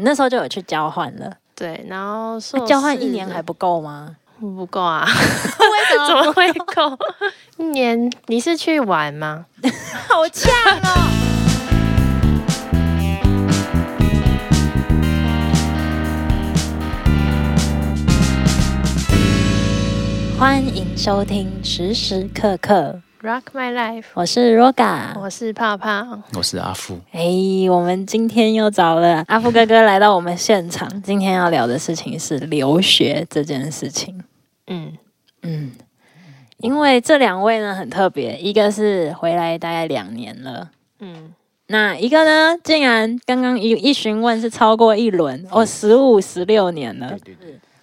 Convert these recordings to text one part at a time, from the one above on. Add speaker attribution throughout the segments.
Speaker 1: 那时候就有去交换了。
Speaker 2: 对，然后
Speaker 1: 那
Speaker 2: 硕
Speaker 1: 交换一年
Speaker 2: 士
Speaker 1: 还不够吗？
Speaker 2: 不够 啊？
Speaker 1: 为什
Speaker 2: 怎么会够？一年你是去玩吗？
Speaker 1: 好呛哦？ 欢迎收听时时刻刻，
Speaker 2: Rock My Life，
Speaker 1: 我是 Roga。
Speaker 2: 我是泡泡。
Speaker 3: 我是阿富，
Speaker 1: 哎，我们今天又找了阿富哥哥来到我们现场。今天要聊的事情是留学这件事情。
Speaker 2: 嗯，
Speaker 1: 嗯，因为这两位呢很特别，一个是回来大概两年了，
Speaker 2: 嗯，
Speaker 1: 那一个呢竟然刚刚一一询问是超过一轮，哦，十五十六年了，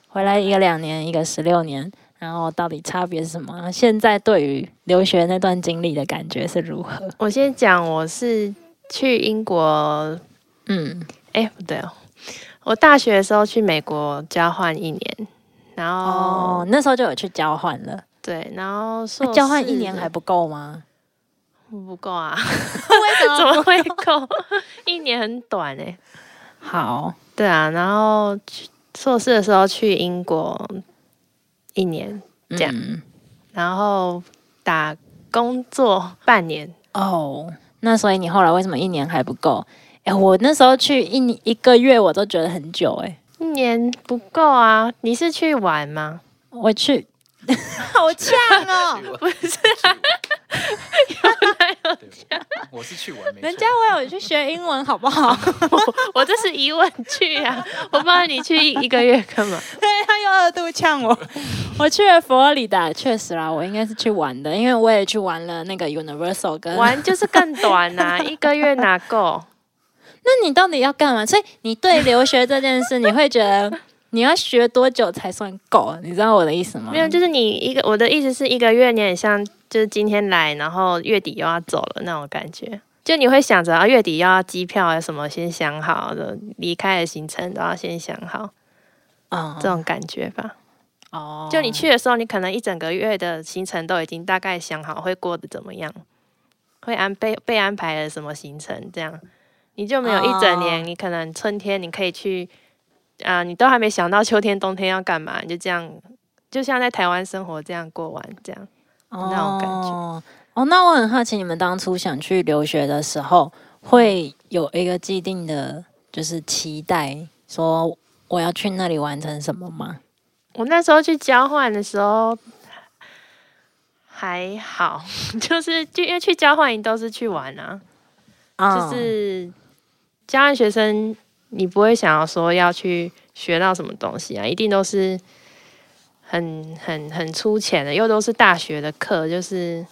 Speaker 1: 回来一个两年，一个十六年，然后到底差别是什么？然后现在对于留学那段经历的感觉是如何？
Speaker 2: 我先讲，我是去英国，
Speaker 1: 嗯，
Speaker 2: 哎、不对哦，我大学的时候去美国交换一年，然后、
Speaker 1: 哦，那时候就有去交换了，
Speaker 2: 对，然后硕
Speaker 1: 那
Speaker 2: 士
Speaker 1: 交换一年还不够 吗？
Speaker 2: 不够啊？
Speaker 1: 哦
Speaker 2: 怎 么会够？一年很短哎、
Speaker 1: 好，
Speaker 2: 对啊，然后去硕士的时候去英国一年，这样
Speaker 1: 嗯
Speaker 2: 然后打工做半年。
Speaker 1: 哦，那所以你后来为什么一年还不够？哎、我那时候去一年一个月，我都觉得很久哎、
Speaker 2: 一年不够啊！你是去玩吗？
Speaker 1: 我去， 好呛 哦！
Speaker 3: 不是，我是去玩没
Speaker 1: 人家我有去学英文，好不好？
Speaker 2: 我这是疑问句啊！ 我不知道你去一个月干嘛。
Speaker 1: 对，他又二度呛我。 我去了佛罗里达，确实啦，我应该是去玩的，因为我也去玩了那个 Universal 跟。
Speaker 2: 玩就是更短啊，一个月哪够？
Speaker 1: 那你到底要干嘛？所以你对留学这件事，你会觉得你要学多久才算够？你知道我的意思吗？
Speaker 2: 没有，就是你一个，我的意思是一个月，你很像就是今天来，然后月底又要走了那种感觉。就你会想着啊，月底又要机票啊什么，先想好的，离开的行程都要先想好，
Speaker 1: 嗯
Speaker 2: 这种感觉吧。
Speaker 1: 哦
Speaker 2: 就你去的时候，你可能一整个月的行程都已经大概想好会过得怎么样，会安被被安排了什么行程，这样你就没有一整年。
Speaker 1: 哦
Speaker 2: 你可能春天你可以去，啊、你都还没想到秋天、冬天要干嘛，你就这样，就像在台湾生活这样过完，这样那种感觉
Speaker 1: 哦哦，那我很好奇，你们当初想去留学的时候，会有一个既定的，就是期待，说我要去那里完成什么吗？
Speaker 2: 我那时候去交换的时候还好， 就是就因为去交换，你都是去玩啊，
Speaker 1: 啊
Speaker 2: 就是交换学生，你不会想要说要去学到什么东西啊，一定都是很很很粗浅的，又都是大学的课，就是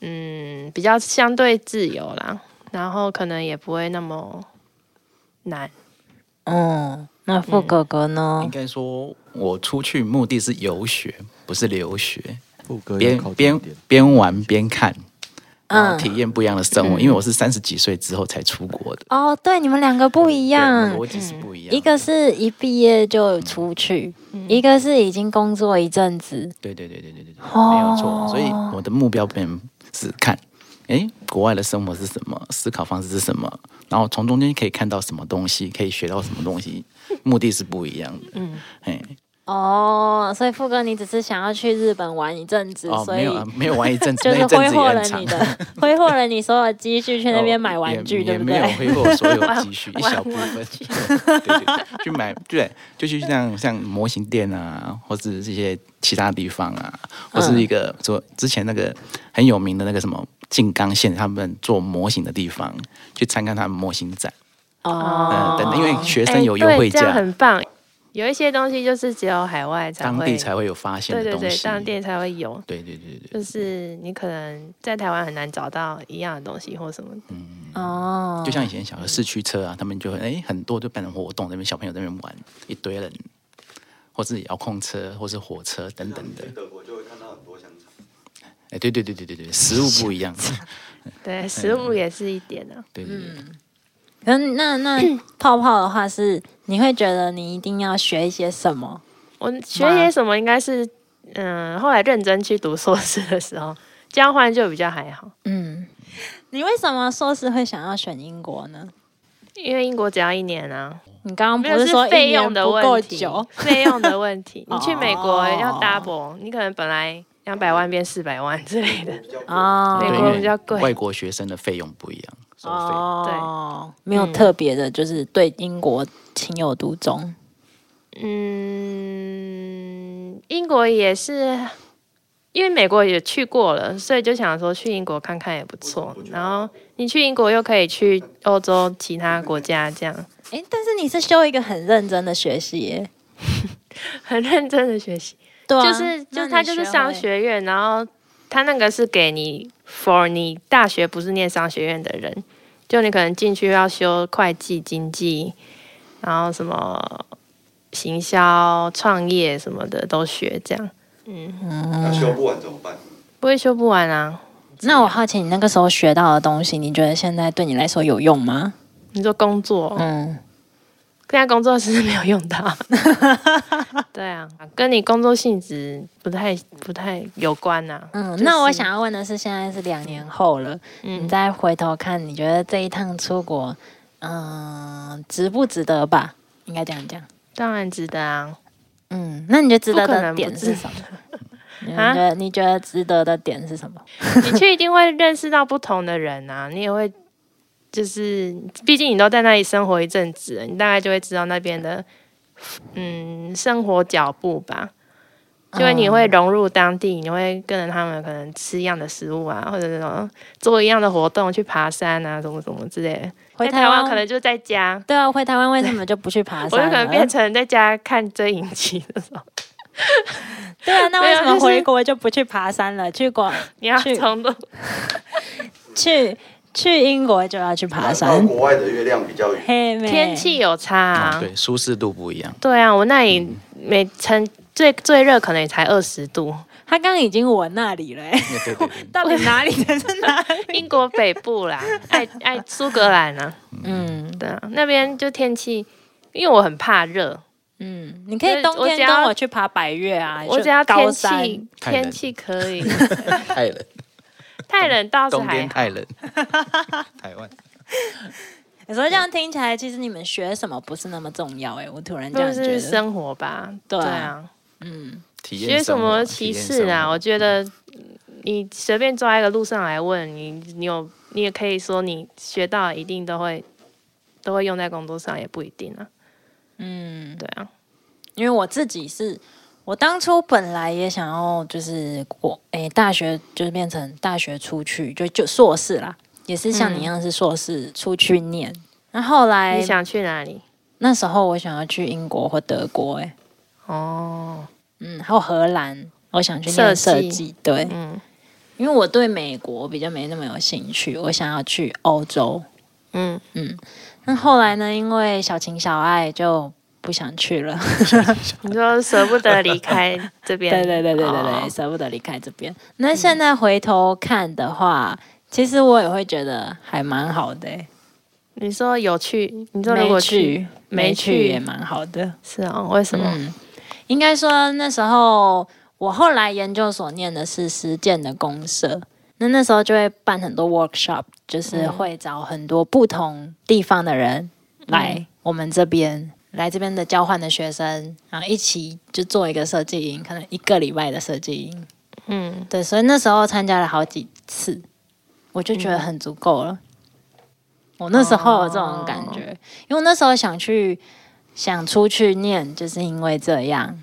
Speaker 2: 嗯比较相对自由啦，然后可能也不会那么难。
Speaker 1: 嗯，那富哥哥呢
Speaker 3: 应？该说，我出去目的是游学，不是留学，
Speaker 4: 副歌要
Speaker 3: 边
Speaker 4: 靠近一
Speaker 3: 边
Speaker 4: 点，
Speaker 3: 边玩边看，然后
Speaker 1: 嗯
Speaker 3: 体验不一样的生活。
Speaker 1: 嗯
Speaker 3: 因为我是三十几岁之后才出国的，
Speaker 1: 哦，对，你们两个不一
Speaker 3: 对
Speaker 1: 样
Speaker 3: 我，逻辑是不一样的。
Speaker 1: 一个是一毕业就出去，一个是已经工作一阵子。
Speaker 3: 对对对对对对对，
Speaker 1: 哦
Speaker 3: 没有错。所以我的目标本是看，诶，国外的生活是什么，思考方式是什么，然后从中间可以看到什么东西，可以学到什么东西，目的是不一样的。嗯，哎，
Speaker 1: 哦，所以富哥，你只是想要去日本玩一阵子，
Speaker 3: 哦，
Speaker 1: 所
Speaker 3: 没
Speaker 1: 以
Speaker 3: 有啊没有玩一阵 子，
Speaker 1: 就
Speaker 3: 那
Speaker 1: 是
Speaker 3: 一阵
Speaker 1: 挥
Speaker 3: 子也
Speaker 1: 霍了
Speaker 3: 很长哦
Speaker 1: 你。的， 挥霍了你所有积蓄去那边买玩具，
Speaker 3: 也
Speaker 1: 对
Speaker 3: 也
Speaker 1: 不
Speaker 3: 没有
Speaker 1: 对？
Speaker 3: 挥霍 所有积蓄，一小部分， 对对对，去买对，就去像像模型店啊，或是这些其他地方啊，或
Speaker 2: 嗯
Speaker 3: 是一个说之前那个很有名的那个什么静冈县，他们做模型的地方，去参观他们模型展，
Speaker 1: 哦
Speaker 3: 嗯，等等，因为学
Speaker 2: 哎
Speaker 3: 生有优
Speaker 2: 对
Speaker 3: 惠
Speaker 2: 这样
Speaker 3: 价，
Speaker 2: 很棒。有一些东西就是只有海外才
Speaker 3: 当
Speaker 2: 会，
Speaker 3: 地才会有发现
Speaker 2: 对
Speaker 3: 的
Speaker 2: 对
Speaker 3: 东
Speaker 2: 对，
Speaker 3: 西，
Speaker 2: 当地才会有。
Speaker 3: 对对对对，
Speaker 2: 就是你可能在台湾很难找到一样的东西或什么的。
Speaker 1: 哦，
Speaker 3: 就像以前小的市区车啊，他们就会哎很多就办成活动，那边小朋友在那边玩，一堆人，或是遥控车，或是火车等等的。
Speaker 4: 德国就会看到很多香肠。
Speaker 3: 哎，对对对对对对，食物不一样。
Speaker 1: 哎
Speaker 2: 对，食物也是一点啊。
Speaker 3: 对对对，
Speaker 1: 可是那 那泡泡的话是，你会觉得你一定要学一些什么？
Speaker 2: 我学些什么应该是，嗯，后来认真去读硕士的时候， 交换就比较还好，
Speaker 1: 嗯，你为什么硕士会想要选英国呢？
Speaker 2: 因为英国只要一年啊。
Speaker 1: 你刚刚
Speaker 2: 没有
Speaker 1: 不说一
Speaker 2: 费
Speaker 1: 年
Speaker 2: 用的
Speaker 1: 不够
Speaker 2: 问题
Speaker 1: 久，，
Speaker 2: 费用的问题。你去美国
Speaker 1: 哦
Speaker 2: 要 double，你可能本来两百万变四百万之类的。
Speaker 1: 啊？
Speaker 2: 美
Speaker 3: 对
Speaker 2: 国
Speaker 3: 因为
Speaker 2: 比较贵
Speaker 3: 外国学生的费用不一样，收费。
Speaker 1: 哦，没有
Speaker 2: 嗯
Speaker 1: 特别的，就是对英国情有独钟。
Speaker 2: 嗯，英国也是，因为美国也去过了，所以就想说去英国看看也不错。然后你去英国又可以去欧洲其他国家，这样
Speaker 1: 哎，但是你是修一个很认真的学习耶，
Speaker 2: 很认真的学习。
Speaker 1: 对啊，
Speaker 2: 就是就
Speaker 1: 那
Speaker 2: 是
Speaker 1: 你
Speaker 2: 他就是
Speaker 1: 学
Speaker 2: 商
Speaker 1: 会
Speaker 2: 学院，然后他那个是给你 for 你大学不是念商学院的人，就你可能进去要修会计、经济，然后什么行销、创业什么的都学，这样
Speaker 4: 那修不完怎么办？
Speaker 2: 不会修不完啊。
Speaker 1: 那我好奇，你那个时候学到的东西，你觉得现在对你来说有用吗？
Speaker 2: 你说工作，
Speaker 1: 嗯，
Speaker 2: 现在工作是没有用到， 对啊，跟你工作性质不太不太有关呐、啊。
Speaker 1: 嗯，
Speaker 2: 就是
Speaker 1: 那我想要问的是，现在是两年后了，你
Speaker 2: 嗯，
Speaker 1: 再回头看，你觉得这一趟出国，嗯，值不值得吧？应该这样讲。
Speaker 2: 当然值得啊，
Speaker 1: 嗯，那你觉得值
Speaker 2: 不
Speaker 1: 得
Speaker 2: 可
Speaker 1: 的
Speaker 2: 能不
Speaker 1: 点
Speaker 2: 值
Speaker 1: 是
Speaker 2: 得
Speaker 1: 什 么？你
Speaker 2: 啊
Speaker 1: 觉得你觉得值得的点是什么？
Speaker 2: 你去一定会认识到不同的人啊，你也会就是，毕竟你都在那里生活一阵子了，你大概就会知道那边的嗯生活脚步吧。就会你会融入当地，你会跟着他们可能吃一样的食物啊，或者什么做一样的活动，去爬山啊，什么什么之类的。
Speaker 1: 回
Speaker 2: 在台
Speaker 1: 湾
Speaker 2: 湾可能就在家，
Speaker 1: 对啊，回台湾为什么就不去爬山
Speaker 2: 我
Speaker 1: 了？
Speaker 2: 就可能变成在家看追影集那种。
Speaker 1: 对啊，那
Speaker 2: 没
Speaker 1: 为
Speaker 2: 有
Speaker 1: 什么
Speaker 2: 就是
Speaker 1: 回国就不去爬山了？去国
Speaker 2: 你要
Speaker 1: 去
Speaker 2: 从头
Speaker 1: 去去英国就要去爬
Speaker 4: 难
Speaker 1: 山
Speaker 4: 道，国外的月亮比较圆。
Speaker 1: 嘿妹，
Speaker 2: 天气有差啊，
Speaker 3: 哦对，舒适度不一样。
Speaker 2: 对啊，我那里
Speaker 3: 嗯
Speaker 2: 每层最最热可能也才二十度，
Speaker 1: 他刚刚已经闻那 里了、欸，
Speaker 3: 对对对，
Speaker 1: 到底哪里才是哪里？
Speaker 2: 英国北部啦，爱爱苏格兰啊，
Speaker 1: 嗯
Speaker 2: 对啊，那边就天气，因为我很怕热，
Speaker 1: 嗯，你可以
Speaker 2: 就是
Speaker 1: 冬
Speaker 2: 我
Speaker 1: 天
Speaker 2: 只
Speaker 1: 跟
Speaker 2: 要
Speaker 1: 我去爬百越啊，
Speaker 2: 我
Speaker 1: 去
Speaker 2: 只要
Speaker 1: 高
Speaker 2: 天
Speaker 1: 山。
Speaker 2: 气
Speaker 3: 太冷
Speaker 2: 天气可以，
Speaker 3: 太冷，
Speaker 2: 太冷倒是
Speaker 3: 冬
Speaker 2: 还
Speaker 3: 天
Speaker 2: 好。
Speaker 3: 太冷。台湾
Speaker 1: 有时候这样听起来，其实你们学什么不是那么重要哎、我突然这
Speaker 2: 就
Speaker 1: 样觉
Speaker 2: 是
Speaker 1: 得，
Speaker 2: 生活吧，
Speaker 1: 对
Speaker 2: 对
Speaker 1: 啊
Speaker 2: 啊，
Speaker 1: 嗯，
Speaker 3: 体验
Speaker 2: 学什
Speaker 3: 生活
Speaker 2: 么歧视啊？？我觉得你随便抓一个路上来问你，你有你也可以说你学到一定都会都会用在工作上，也不一定啊，
Speaker 1: 嗯，
Speaker 2: 对啊。
Speaker 1: 因为我自己是，我当初本来也想要就是我诶、大学就是变成大学出去就就硕士啦，也是像你一样是硕士出去念。然后后来
Speaker 2: 嗯你想去哪里？
Speaker 1: 那时候我想要去英国或德国哎、
Speaker 2: 哦，
Speaker 1: 嗯，还有荷兰，我想去念
Speaker 2: 设
Speaker 1: 设
Speaker 2: 计
Speaker 1: 计，对，
Speaker 2: 嗯
Speaker 1: 因为我对美国比较没那么有兴趣，我想要去欧洲。
Speaker 2: 嗯，
Speaker 1: 那后来呢，因为小情小爱就不想去了。
Speaker 2: 你说舍不得离开这 边，
Speaker 1: 对对对对对对，
Speaker 2: 哦
Speaker 1: 舍不得离开这边。那现在回头看的话，其实我也会觉得还蛮好的、欸。
Speaker 2: 你说有去，你说如
Speaker 1: 没
Speaker 2: 果去，
Speaker 1: 去，
Speaker 2: 没
Speaker 1: 没
Speaker 2: 去
Speaker 1: 去也蛮好的。
Speaker 2: 是啊、为什么？
Speaker 1: 嗯，应该说那时候我后来研究所念的是实践的公社，那那时候就会办很多 workshop，就是会找很多不同地方的人来我们这边。来这边的交换的学生，然后一起就做一个设计营，可能一个礼拜的设计营。
Speaker 2: 嗯，
Speaker 1: 对，所以那时候参加了好几次，我就觉得很足够了。我那时候有这种感觉，因为我那时候想去想出去念，就是因为这样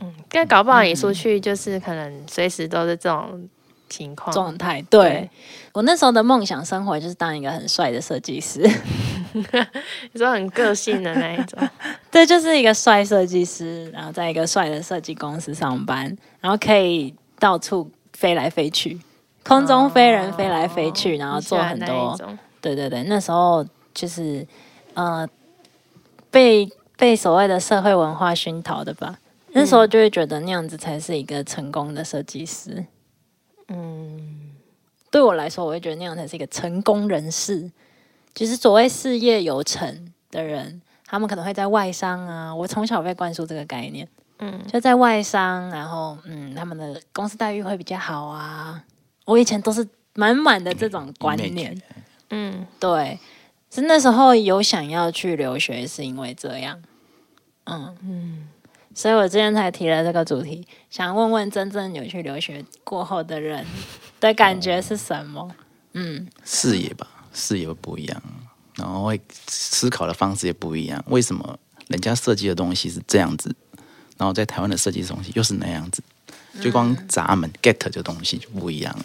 Speaker 2: 因为搞不好
Speaker 1: 嗯
Speaker 2: 你出去就是可能随时都是这种情况，
Speaker 1: 状态。对我那时候的梦想生活就是当一个很帅的设计师，
Speaker 2: 你说很个性的那一种，
Speaker 1: 对，就是一个帅设计师，然后在一个帅的设计公司上班，然后可以到处飞来飞去，空中飞人飞来飞去，然后
Speaker 2: 哦你喜
Speaker 1: 做
Speaker 2: 欢
Speaker 1: 很
Speaker 2: 那
Speaker 1: 多
Speaker 2: 一种
Speaker 1: 对对对，那时候就是呃被被所谓的社会文化熏陶的吧。那时
Speaker 2: 嗯
Speaker 1: 候就会觉得那样子才是一个成功的设计师。嗯，对我来说，我会觉得那样才是一个成功人士，就是所谓事业有成的人，他们可能会在外商啊。我从小被灌输这个概念，嗯，就在外商，然后嗯，他们的公司待遇会比较好啊。我以前都是满满的这种观
Speaker 3: ，image
Speaker 1: 念，
Speaker 2: 嗯，
Speaker 1: 对，是那时候有想要去留学，是因为这样，嗯嗯，所以我今天才提了这个主题，想问问真正有去留学过后的人的感觉是什么？嗯，
Speaker 3: 视野吧，视野会不一样，然后会思考的方式也不一样。为什么人家设计的东西是这样子，然后在台湾的设计的东西又是那样子？就光闸门 get 这东西就不一样了。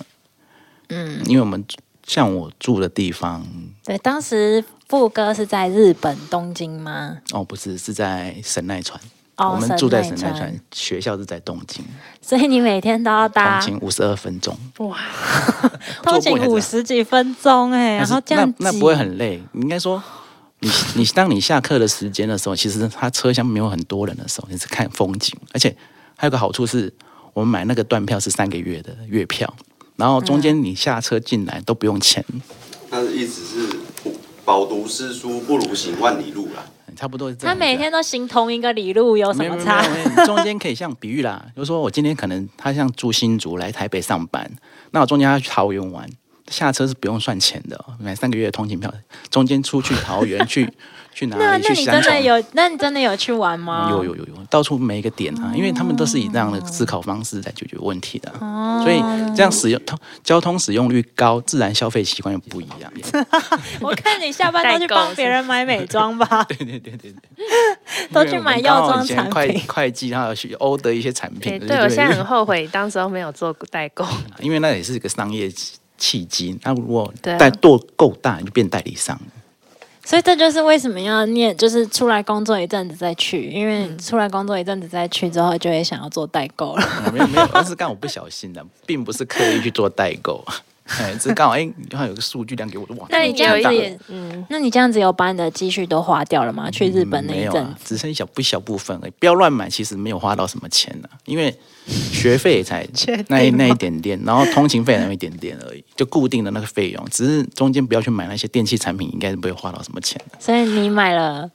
Speaker 3: 嗯，因为我们像我住的地方，
Speaker 1: 对，当时富哥是在日本东京吗？
Speaker 3: 哦，不是，是在神奈川。
Speaker 1: 哦
Speaker 3: 我们住在神
Speaker 1: 神奈
Speaker 3: 奈
Speaker 1: 川
Speaker 3: 川，学校是在东京，
Speaker 1: 所以你每天都要搭
Speaker 3: 通勤五十二分钟。
Speaker 1: 通
Speaker 3: 坐过
Speaker 1: 勤
Speaker 3: 也是
Speaker 1: 五
Speaker 3: 啊
Speaker 1: 十几分钟哎、
Speaker 3: 但
Speaker 1: 然
Speaker 3: 是
Speaker 1: 后这样
Speaker 3: 那那
Speaker 1: 挤
Speaker 3: 不会很累？应该说，你你当你下课的时间的时候，其实它车厢没有很多人的时候，你是看风景，而且还有个好处是，我们买那个段票是三个月的月票，然后中
Speaker 1: 嗯
Speaker 3: 间你下车进来都不用钱，
Speaker 4: 那意思是不饱读诗书不如行万里路啦。
Speaker 3: 差不多是这
Speaker 1: 他
Speaker 3: 样子啊。
Speaker 1: 每天都行同一个里路，有什
Speaker 3: 没有
Speaker 1: 么
Speaker 3: 没有
Speaker 1: 差？
Speaker 3: 没有没有中间可以像比喻啦，就是说我今天可能他像住新竹来台北上班，那我中间要去桃园玩，下车是不用算钱的哦，买三个月的通勤票，中间出去桃 园去去哪
Speaker 1: 那
Speaker 3: 里
Speaker 1: 那
Speaker 3: 去
Speaker 1: 你
Speaker 3: 三
Speaker 1: 真
Speaker 3: 重
Speaker 1: 的。有？那你真的有去玩吗？
Speaker 3: 有有有有，到处每一个点
Speaker 1: 哦
Speaker 3: 啊，因为他们都是以这样的思考方式来解决问题的啊、
Speaker 1: 哦
Speaker 3: 所以这样使用通交通使用率高，自然消费习惯又不一样。
Speaker 1: 我看你下班都去
Speaker 2: 代购
Speaker 1: 帮
Speaker 2: 是
Speaker 1: 别人买美妆吧，
Speaker 3: 对对对对对，
Speaker 1: 都去买药妆产
Speaker 3: 快
Speaker 1: 品。哎
Speaker 3: 会计他要去欧的一些产品
Speaker 2: 对，，对我现在很后悔，当时候没有做代 购。
Speaker 3: 因为那也是一个商业契机。那如果
Speaker 2: 对啊
Speaker 3: 代做够大，你就变代理 商了。
Speaker 1: 所以这就是为什么要念，就是出来工作一阵子再去，因为
Speaker 3: 嗯
Speaker 1: 你出来工作一阵子再去之后，就会想要做代购了。
Speaker 3: 啊没有没有，那是刚好不小心的，并不是刻意去做代购。哎，只是刚好哎，刚好有个数据量给我，哇，
Speaker 1: 那你这样
Speaker 3: 这么大
Speaker 1: 子
Speaker 2: 有一
Speaker 1: 也
Speaker 2: 点，嗯，
Speaker 1: 那你这样子有把你的积蓄都花掉了吗？去日本那
Speaker 3: 没
Speaker 1: 一
Speaker 3: 有
Speaker 1: 阵
Speaker 3: 啊
Speaker 1: 子，，
Speaker 3: 只剩一小不小部分而哎已，不要乱买，其实没有花到什么钱呢、因为学费也 才那一那一点点，然后通勤费那么一点点而已，就固定的那个费用，只是中间不要去买那些电器产品，应该是不会花到什么钱的。哦
Speaker 1: 所以你买了，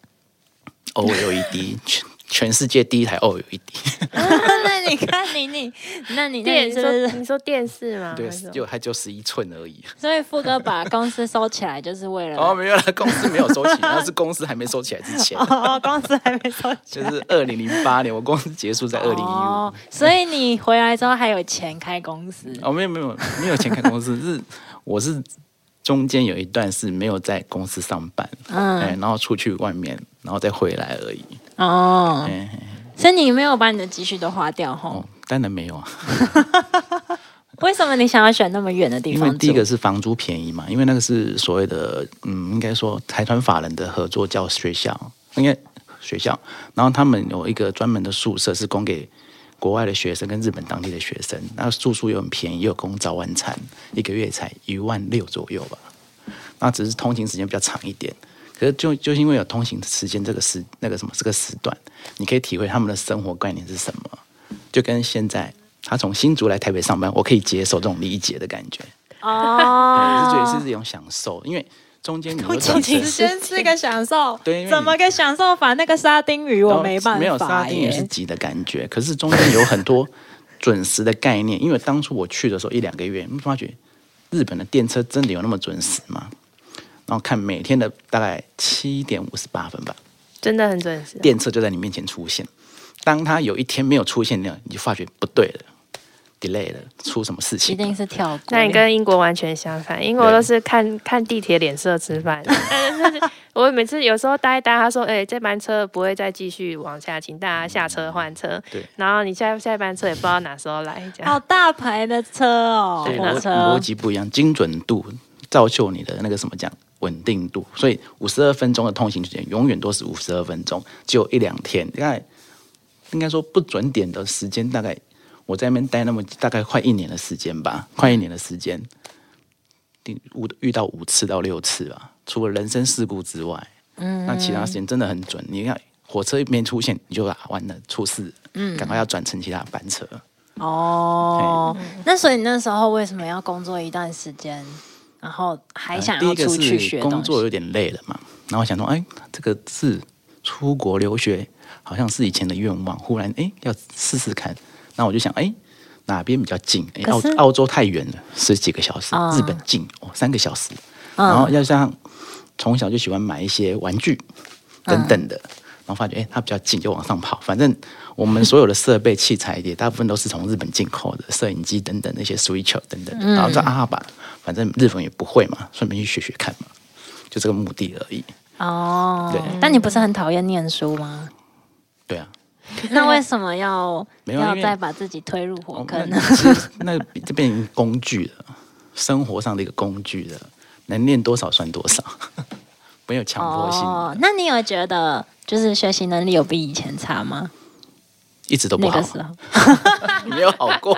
Speaker 3: OLED 全全世界第一台 OLED，
Speaker 1: 那你看你你，那你那
Speaker 2: 电
Speaker 1: 你
Speaker 2: 你
Speaker 1: 是不是
Speaker 2: 说你说电视吗？
Speaker 3: 对
Speaker 2: 还是什，么
Speaker 3: 就它就十一寸而已。
Speaker 1: 所以富哥把公司收起来，就是为了
Speaker 3: 哦，没有啦，公司没有收起，那是公司还没收起来之 前，啊
Speaker 1: 哦，公司还没收起
Speaker 3: 就
Speaker 1: 来。
Speaker 3: 是二零零八年，我公司结束在二零一五
Speaker 1: 哦。，所以你回来之后还有钱开公司，
Speaker 3: 哦，没有没有没有钱开公司， 是我是中间有一段是没有在公司上班，
Speaker 1: 嗯
Speaker 3: 哎，然后出去外面，然后再回来而已。
Speaker 1: 哦，
Speaker 3: 哎，
Speaker 1: 所以你没有把你的积蓄都花掉吼
Speaker 3: 哦？，当然没有啊，
Speaker 1: 为什么你想要选那么远的地
Speaker 3: 因
Speaker 1: 方
Speaker 3: 为
Speaker 1: 住？
Speaker 3: 第一个是房租便宜嘛，因为那个是所谓的嗯，应该说财团法人的合作教学校，应该学校，然后他们有一个专门的宿舍是供给。国外的学生跟日本当地的学生，那住宿又很便宜，又有供早晚餐，一个月才一万六左右吧。那只是通勤时间比较长一点。可是就就是因为有通勤时间这个时那个什么这个时段，你可以体会他们的生活概念是什么，就跟现在他从新竹来台北上班，我可以接受这种理解的感觉， 对，是觉得
Speaker 1: 哦，
Speaker 3: 是一种享受，因为中间你会
Speaker 1: 通勤
Speaker 3: 产
Speaker 1: 时
Speaker 3: 生
Speaker 1: 间是个享受，
Speaker 3: 对因为你
Speaker 1: 怎么个享受法？那个沙丁鱼我
Speaker 3: 然后
Speaker 1: 没办法耶，欸
Speaker 3: 没有沙丁鱼是挤的感觉，可是中间有很多准时的概念，因为当初我去的时候一两个月，你发觉日本的电车真的有那么准时吗？然后看每天的大概七点五十八分吧，
Speaker 1: 嗯
Speaker 2: 真的很准时。
Speaker 3: 电车就在你面前出现。当它有一天没有出现了，你就发觉不对了，delay 了，出什么事
Speaker 1: 一
Speaker 3: 情？
Speaker 1: 定是跳过。
Speaker 2: 那你跟英国完全相反，英国都是看看地铁脸色吃饭。但是就是 我每次有时候搭一搭，他说：“哎、这班车不会再继续往下，请大家下车换车。”
Speaker 3: 嗯对
Speaker 2: 然后你下下一班车也不知道哪时候来，这样。
Speaker 1: 好大牌的车哦，
Speaker 3: 对，
Speaker 1: 火
Speaker 3: 逻
Speaker 1: 车
Speaker 3: 逻辑不一样，精准度造就你的那个什么讲稳定度。所以五十二分钟的通行时间永远都是五十二分钟，只有一两天，大概应该说不准点的时间，大概我在那边待那么大概快一年的时间吧，快一年的时间，第五遇到五次到六次吧，除了人身事故之外，嗯，那其他时间真的很准。你看火车一没出现，你就啊完了出事，嗯，赶快要转乘其他班车。
Speaker 1: 哦，那所以你那时候为什么要工作一段时间，然后还
Speaker 3: 呃
Speaker 1: 想
Speaker 3: 第
Speaker 1: 要
Speaker 3: 一个
Speaker 1: 出去
Speaker 3: 是
Speaker 1: 学
Speaker 3: 工
Speaker 1: 东
Speaker 3: 作
Speaker 1: 西？
Speaker 3: 有点累了嘛，然后想说，哎，这个是出国留学，好像是以前的愿望，忽然哎要试试看，那我就想，哎，哪边比较近？哎，
Speaker 1: 可
Speaker 3: 澳
Speaker 1: 是
Speaker 3: 澳洲太远了，十几个小时，
Speaker 1: 啊
Speaker 3: 日本近哦，三个小时，
Speaker 1: 嗯
Speaker 3: 然后要像从小就喜欢买一些玩具等等
Speaker 1: 嗯
Speaker 3: 的，然后发觉哎、诶它比较近，就往上跑。反正我们所有的设备器材也大部分都是从日本进口的，摄影机等等那些 Switch 等等
Speaker 1: 嗯
Speaker 3: 的。然后说啊吧，反正日本也不会嘛，顺便去学学看嘛，就这个目的而已。
Speaker 1: 哦
Speaker 3: 对，
Speaker 1: 但你不是很讨厌念书吗？
Speaker 3: 对啊，
Speaker 1: 那为什么要
Speaker 3: 没有啊
Speaker 1: 要
Speaker 3: 因为
Speaker 1: 再把自己推入火
Speaker 3: 哦
Speaker 1: 坑呢
Speaker 3: 那？其实那就变成工具了，生活上的一个工具了，能练多少算多少， 没有强迫性，
Speaker 1: 哦，那你有觉得就是学习能力有比以前差吗？
Speaker 3: 一直都不
Speaker 1: 那
Speaker 3: 好
Speaker 1: 个，时候，
Speaker 3: 没有好过。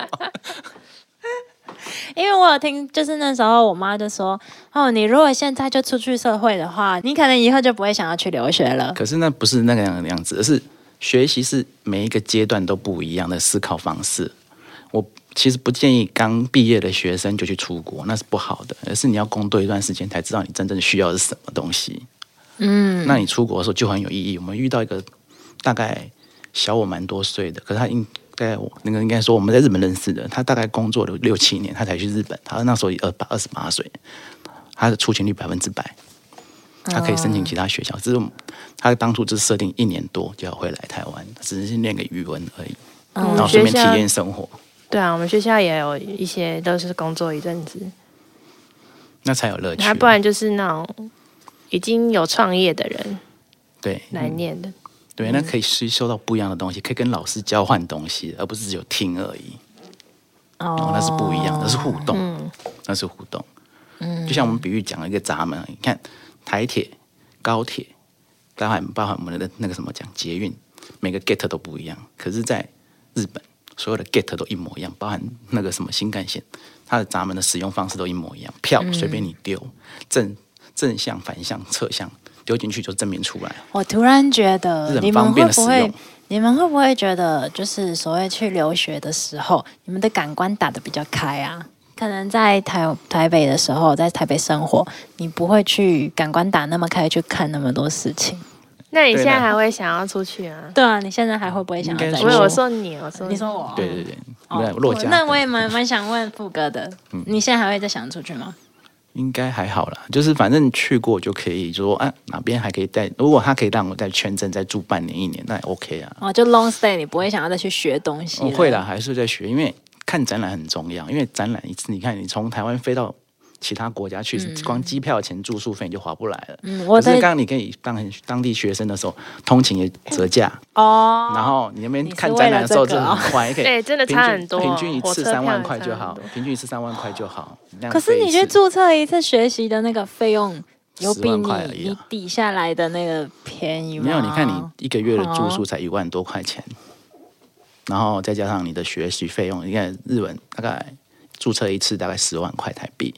Speaker 1: 因为我有听，就是那时候我妈就说：“哦，你如果现在就出去社会的话，你可能以后就不会想要去留学了。
Speaker 3: 可是那不是那个样样子，而是学习是每一个阶段都不一样的思考方式。我其实不建议刚毕业的学生就去出国，那是不好的，而是你要工作一段时间才知道你真正需要的是什么东西。嗯，那你出国的时候就很有意义。我们遇到一个大概小我蛮多岁的，可是他应该我那个应该说我们在日本认识的，他大概工作了六七年，他才去日本，他那时候二八二十八岁，他的出勤率百分之百。他可以
Speaker 2: 哦
Speaker 3: 申请其他学校，只是我们他当初就是设定一年多就要回来台湾，只是练个语文而已，
Speaker 2: 我
Speaker 3: 然后
Speaker 2: 们哦学
Speaker 3: 顺便体
Speaker 2: 校
Speaker 3: 验生活，
Speaker 2: 对啊，我们学校也有一些都是工作一阵子，
Speaker 3: 那才有乐趣。
Speaker 2: 还不然就是那种已经有创业的人
Speaker 3: 对
Speaker 2: 来念的。
Speaker 3: 对，那可以吸收到不一样的东西，可以跟老师交换东西，而不是只有听而已。
Speaker 1: 哦
Speaker 3: 哦，那是不一样，那是互动，那是互动。嗯，就像我们比喻讲了一个闸门，你看台铁、高铁，包含包含我们的那个什么讲捷运，每个 get 都不一样。可是，在日本，所有的 get 都一模一样，包含那个什么新干线，它的闸门的使用方式都一模一样，票随便你丢，正正向、反向、侧向丢进去就正面出来。
Speaker 1: 我突然觉
Speaker 3: 是
Speaker 1: 得，
Speaker 3: 很
Speaker 1: 你们
Speaker 3: 方
Speaker 1: 会
Speaker 3: 便的
Speaker 1: 不
Speaker 3: 使
Speaker 1: 会
Speaker 3: 用？
Speaker 1: 你们会不会觉得，就是所谓去留学的时候，你们的感官打得比较开啊？可能在台台北的时候，在台北生活，你不会去感官打那么开，去看那么多事情。
Speaker 2: 那你现
Speaker 3: 对
Speaker 2: 在
Speaker 3: 的
Speaker 2: 还会想要出去啊？
Speaker 1: 对啊，你现在还会不会想要
Speaker 3: 应该
Speaker 1: 再
Speaker 3: 对
Speaker 1: 去？
Speaker 2: 我有说你，我说
Speaker 1: 你说我，
Speaker 3: 对对对，
Speaker 1: 哦
Speaker 3: 对嗯落家。
Speaker 1: 那我也蛮蛮想问富哥的，你现在还会再想出去吗？
Speaker 3: 应该还好啦，就是反正去过就可以，就说啊哪边还可以再，如果他可以让我在全镇再住半年一年，那也 OK 啊。
Speaker 1: 哦，就 long stay，你不会想要再去学东西？
Speaker 3: 我哦会啦，。还是在学，因为看展览很重要，因为展览一次，你看你从台湾飞到其他国家去，光机票钱、住宿费你就划不来了。
Speaker 1: 嗯，
Speaker 3: 可
Speaker 1: 我
Speaker 3: 是
Speaker 1: 在
Speaker 3: 刚刚你可以当当地学生的时候，通勤也折价，
Speaker 1: 哦，
Speaker 3: 然后你那边
Speaker 1: 你是
Speaker 3: 看展览的时候
Speaker 1: 为了这
Speaker 3: 就
Speaker 1: 个哦
Speaker 3: 很快，也可以
Speaker 2: 哎真的
Speaker 3: 平
Speaker 2: 差
Speaker 3: 均
Speaker 2: 很多
Speaker 3: 平均一
Speaker 2: 火
Speaker 3: 次
Speaker 2: 车
Speaker 3: 三万
Speaker 2: 票
Speaker 3: 块
Speaker 2: 也
Speaker 3: 就
Speaker 2: 差很
Speaker 3: 好
Speaker 2: 多，
Speaker 3: 平均一次三万块就好。那样
Speaker 1: 可是
Speaker 3: 飞
Speaker 1: 你
Speaker 3: 一
Speaker 1: 去
Speaker 3: 次
Speaker 1: 注册一次学习的那个费用，有
Speaker 3: 10
Speaker 1: 比
Speaker 3: 万
Speaker 1: 你、
Speaker 3: 块而已啊
Speaker 1: 你抵下来的那个便宜吗？
Speaker 3: 没有，你看你一个月的住宿才一万多块钱，然后再加上你的学习费用，你看日文大概注册一次大概十万块台币，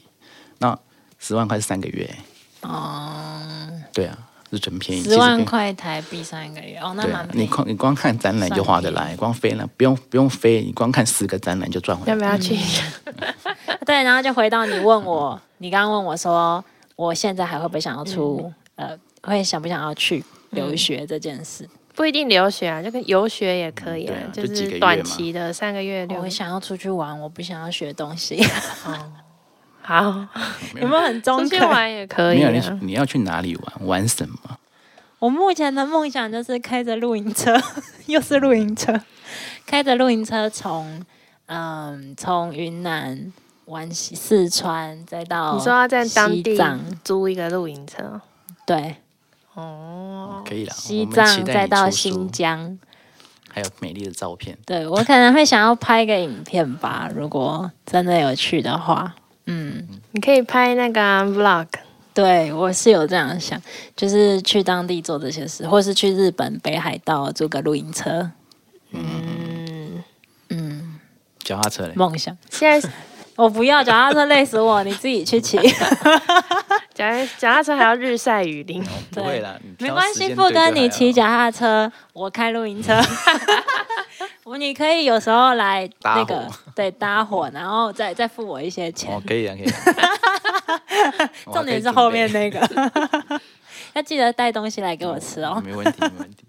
Speaker 3: 那十万块是三个月，
Speaker 1: 哦，
Speaker 3: 对啊，是真便宜。
Speaker 1: 十万
Speaker 3: 其实跟。
Speaker 1: 块台币三个月，哦，那
Speaker 3: 对
Speaker 1: 蛮
Speaker 3: 啊，
Speaker 1: 便
Speaker 3: 你
Speaker 1: 宜。
Speaker 3: 光你光看展览就划得来，光飞了不用不用飞，你光看十个展览就赚回
Speaker 2: 要
Speaker 3: 来
Speaker 2: 不。要去？
Speaker 1: 对，然后就回到你问 我，你刚刚问我说，我现在还会不会想要出、
Speaker 2: 嗯
Speaker 1: 呃，会想不想要去留学这件事？
Speaker 2: 不一定留学啊，就跟游学也可以
Speaker 3: 嗯对啊
Speaker 2: 就
Speaker 3: 就几
Speaker 2: 是
Speaker 3: 个月
Speaker 2: 短
Speaker 3: 嘛
Speaker 2: 期的三个月、六
Speaker 1: 我
Speaker 2: 个
Speaker 1: 想要出去玩，我不想要学东西，
Speaker 2: 好，
Speaker 1: 有没有很中
Speaker 2: 出去玩也可
Speaker 3: 没
Speaker 2: 以
Speaker 3: 有你
Speaker 2: 啊。
Speaker 3: 你要去哪里玩玩什么？
Speaker 1: 我目前的梦想就是开着露营车， 又是露营车，开着露营车从嗯从云南玩西四川，再到
Speaker 2: 你说要在当
Speaker 1: 西
Speaker 2: 地
Speaker 1: 藏，
Speaker 2: 租一个露营车，
Speaker 1: 对，
Speaker 2: 哦，
Speaker 3: 可以啦，
Speaker 1: 西
Speaker 3: 我们期
Speaker 1: 藏
Speaker 3: 待
Speaker 1: 再
Speaker 3: 你
Speaker 1: 到
Speaker 3: 出书
Speaker 1: 新，疆，
Speaker 3: 还有美丽的照片。
Speaker 1: 对我可能会想要拍个影片吧，如果真的有去的话，嗯。
Speaker 2: 你可以拍那个啊 vlog，
Speaker 1: 对，我是有这样想，就是去当地做这些事，或是去日本北海道租个露营车，
Speaker 2: 嗯，
Speaker 1: 嗯，
Speaker 3: 脚踏车嘞，
Speaker 1: 梦想。
Speaker 2: 现在
Speaker 1: 我不要脚踏车，累死我，你自己去骑。
Speaker 2: 脚踏脚踏车还要日晒雨淋，
Speaker 3: 不会啦，你
Speaker 1: 没
Speaker 3: 挑
Speaker 1: 关
Speaker 3: 时
Speaker 1: 系，
Speaker 3: 间
Speaker 1: 富
Speaker 3: 对就
Speaker 1: 哥，
Speaker 3: 好
Speaker 1: 你
Speaker 3: 了
Speaker 1: 骑脚踏车，我开露营 车。我你可以有时候来
Speaker 3: 搭
Speaker 1: 那
Speaker 3: 伙
Speaker 1: 个对搭伙，然后再再付我一些钱
Speaker 3: 哦，。可以啊，可以啊。 我还
Speaker 1: 重
Speaker 3: 可以
Speaker 1: 点是
Speaker 3: 准
Speaker 1: 后
Speaker 3: 备
Speaker 1: 面那个， 要记得带东西来给我吃哦。
Speaker 3: 没问题， 没问题。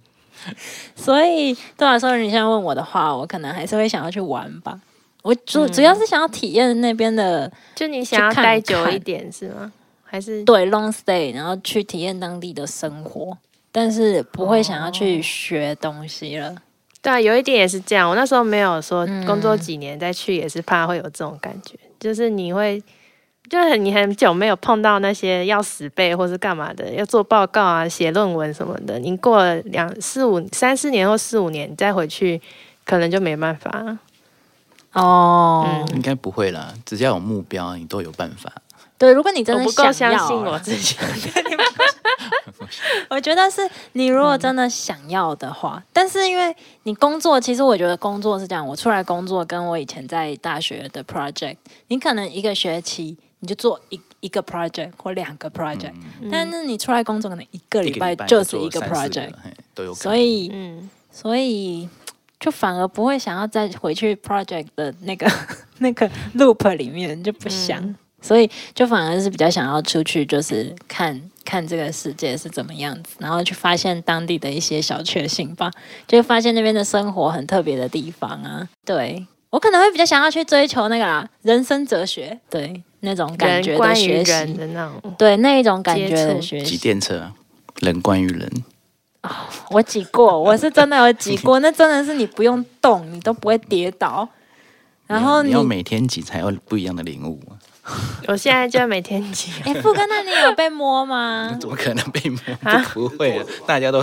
Speaker 1: 所以对我来说，你现在问我的话，我可能还是会想要去玩吧。
Speaker 3: 嗯
Speaker 1: 我主、主要是想要体验那边的，
Speaker 2: 就你想要
Speaker 1: 去看
Speaker 2: 待久
Speaker 1: 看
Speaker 2: 一点是吗？还是
Speaker 1: 对 long stay，然后去体验当地的生活，但是不会想要
Speaker 3: 哦
Speaker 1: 去学东西了。
Speaker 2: 对啊，有一点也是这样。我那时候没有说
Speaker 1: 嗯
Speaker 2: 工作几年再去，也是怕会有这种感觉，就是你会，就是你很久没有碰到那些要死背或是干嘛的，要做报告啊、写论文什么的。你过了两四五三四年或四五年，你再回去，可能就没办法。
Speaker 1: 哦、
Speaker 2: 嗯
Speaker 3: 应该不会啦，只要有目标，你都有办法。
Speaker 1: 对，如果你真
Speaker 2: 我
Speaker 1: 的
Speaker 2: 不够
Speaker 1: 想
Speaker 2: 相
Speaker 1: 要
Speaker 2: 信
Speaker 1: 啊
Speaker 2: 我自己。
Speaker 1: 我觉得是你如果真的想要的话，但是因为你工作，其实我觉得工作是这样，我出来工作跟我以前在大学的 project，你可能一个学期你就做一一个 project 或两个 project，、但是你出来工作可能嗯一个
Speaker 3: 一
Speaker 1: 礼
Speaker 3: 个
Speaker 1: 拜
Speaker 3: 礼拜
Speaker 1: 就是
Speaker 3: 做
Speaker 1: 一个
Speaker 3: 三四
Speaker 1: project，
Speaker 3: 嘿都有可能。
Speaker 1: 所以
Speaker 2: 嗯，
Speaker 1: 所以就反而不会想要再回去 project 的那个 那个 loop 里面，就不想。
Speaker 2: 嗯
Speaker 1: 所以就反而是比较想要出去，就是看看这个世界是怎么样子，然后去发现当地的一些小确幸吧，就发现那边的生活很特别的地方啊。对我可能会比较想要去追求那个啦，人生哲学，对那种感觉
Speaker 2: 人
Speaker 1: 的
Speaker 2: 关于
Speaker 1: 学
Speaker 2: 人
Speaker 1: 习，
Speaker 2: 的那种，
Speaker 1: 对那一种感
Speaker 2: 接
Speaker 1: 觉的
Speaker 2: 触
Speaker 1: 学习。
Speaker 3: 挤电车，人关于人，
Speaker 1: 我挤 过，我是真的有挤过，那真的是你不用动，你都不会跌倒。然后
Speaker 3: 你
Speaker 1: 哦你
Speaker 3: 要，每天挤才有不一样的 领悟。
Speaker 2: 我现在就每天挤。
Speaker 1: 哎，富哥，那你有被摸 吗？
Speaker 3: 怎么可能被摸？不会啊，大家都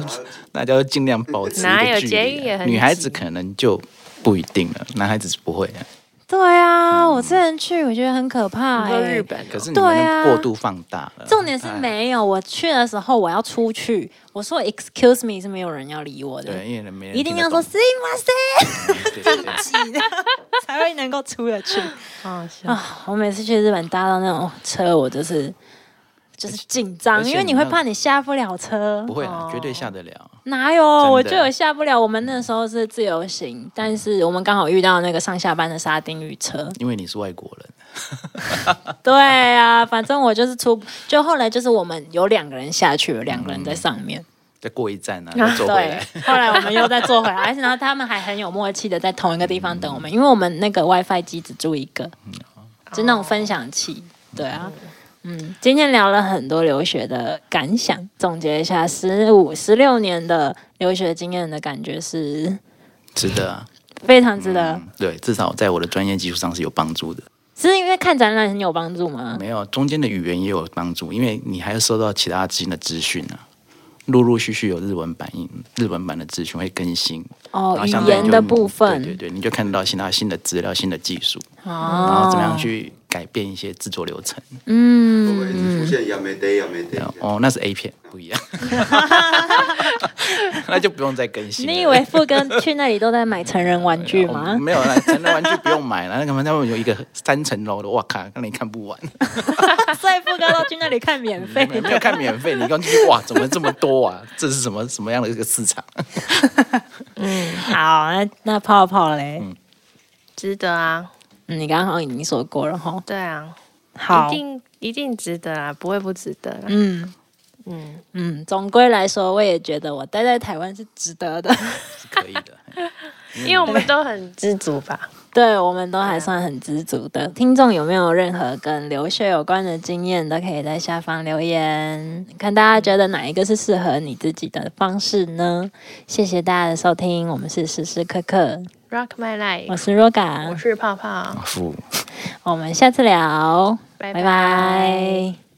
Speaker 3: 大家都尽量保持一
Speaker 2: 哪有
Speaker 3: 个距
Speaker 2: 捷
Speaker 3: 离
Speaker 2: 运也
Speaker 3: 啊、
Speaker 2: 很
Speaker 3: 女孩子
Speaker 2: 挤
Speaker 3: 可能就不一定了，男孩子是不会啊。
Speaker 1: 对啊，我之前去，我觉得很可怕、
Speaker 2: 你说
Speaker 1: 欸。
Speaker 2: 日本
Speaker 3: 嗯可是你
Speaker 1: 对
Speaker 3: 们
Speaker 1: 啊
Speaker 3: 过度放大了。
Speaker 1: 重点是
Speaker 3: 哎。
Speaker 1: 没有，我去的时候我要出去，我说 excuse me 是没有人要理我的
Speaker 3: 对，，因为人没人
Speaker 1: 一定要说 see my
Speaker 3: 对对对
Speaker 1: 才会能够出得
Speaker 3: 嗯
Speaker 1: 去。
Speaker 2: 好笑
Speaker 1: 啊！我每次去日本搭到那种车，我就是就是紧
Speaker 3: 而
Speaker 1: 张，
Speaker 3: 且
Speaker 1: 因为你
Speaker 3: 你
Speaker 1: 会
Speaker 3: 要
Speaker 1: 怕你下不了车
Speaker 3: 不。会啦，绝对下得了。
Speaker 1: 哪有？我
Speaker 3: 真
Speaker 1: 就
Speaker 3: 的嗯
Speaker 1: 有下不了。我们那时候是自由行，但是我们刚好遇到那个上下班的沙丁鱼车。
Speaker 3: 因为你是外国人，
Speaker 1: 对啊，反正我就是出，就后来就是我们有两个人下去，有两个人在上面。
Speaker 3: 再过一站啊，再走嗯回
Speaker 1: 对
Speaker 3: 来。，
Speaker 1: 后来我们又再坐回来，而且然后他们还很有默契的在同一个地方等我
Speaker 3: 嗯
Speaker 1: 们，因为我们那个 WiFi 机只住一个，就那种分享器。对啊，
Speaker 3: 哦
Speaker 1: 嗯，今天聊了很多留学的感想，总结一下十五、十六年的留学经验的感觉是
Speaker 3: 值得啊，
Speaker 1: 非常值得。
Speaker 3: 嗯对，至少在我的专业技术上是有帮助的。
Speaker 1: 是因为看展览很有帮助吗？
Speaker 3: 没有，中间的语言也有帮助，因为你还要收到其他新的资讯啊。陆陆续续有日文版印、日文版的资讯会更新，然
Speaker 1: 哦，
Speaker 3: 后
Speaker 1: 语
Speaker 3: 相对
Speaker 1: 言
Speaker 3: 就
Speaker 1: 的部
Speaker 3: 对
Speaker 1: 分
Speaker 3: 对对，你就看得到其他新的资料、新的技术，然后
Speaker 1: 哦
Speaker 3: 怎么样去改变一些制作流程。
Speaker 4: 会不会出现亚美得亚美得？
Speaker 3: 哦，那是 A 片，不一样， 那就不用再更新了。
Speaker 1: 你以为富哥去那里都在买成人玩具
Speaker 3: 哦
Speaker 1: 吗？
Speaker 3: 没有啦，成人玩具不用买了，那个他们有一个三层楼的，哇靠，那你看不完，
Speaker 1: 所以富哥都去那里看免费
Speaker 3: 嗯没有没有看免费，你刚进去哇，怎么这么多啊？这是什么什么样的一个市场？
Speaker 1: 好，那那泡泡嘞，
Speaker 3: 嗯
Speaker 2: 值得啊，
Speaker 1: 嗯你刚刚好像已经说过了哈。
Speaker 2: 对啊，
Speaker 1: 好
Speaker 2: 一，定一定值得啊，不会不值得啦。
Speaker 1: 嗯
Speaker 2: 嗯，
Speaker 1: 嗯，总归来说，我也觉得我待在台湾是值得的。
Speaker 3: 是可以的，
Speaker 2: 因为我们 都很知足吧。
Speaker 1: 对啊我们都还算很知足的。听众有没有任何跟留学有关的经验，都可以在下方留言，看大家觉得哪一个是适合你自己的方式呢？谢谢大家的收听，我们是时时刻刻，
Speaker 2: Rock my
Speaker 1: 我
Speaker 2: life，
Speaker 1: 是 Roga，
Speaker 2: 我是泡泡，
Speaker 3: 付
Speaker 1: 我们下次聊，
Speaker 2: 拜
Speaker 1: 拜拜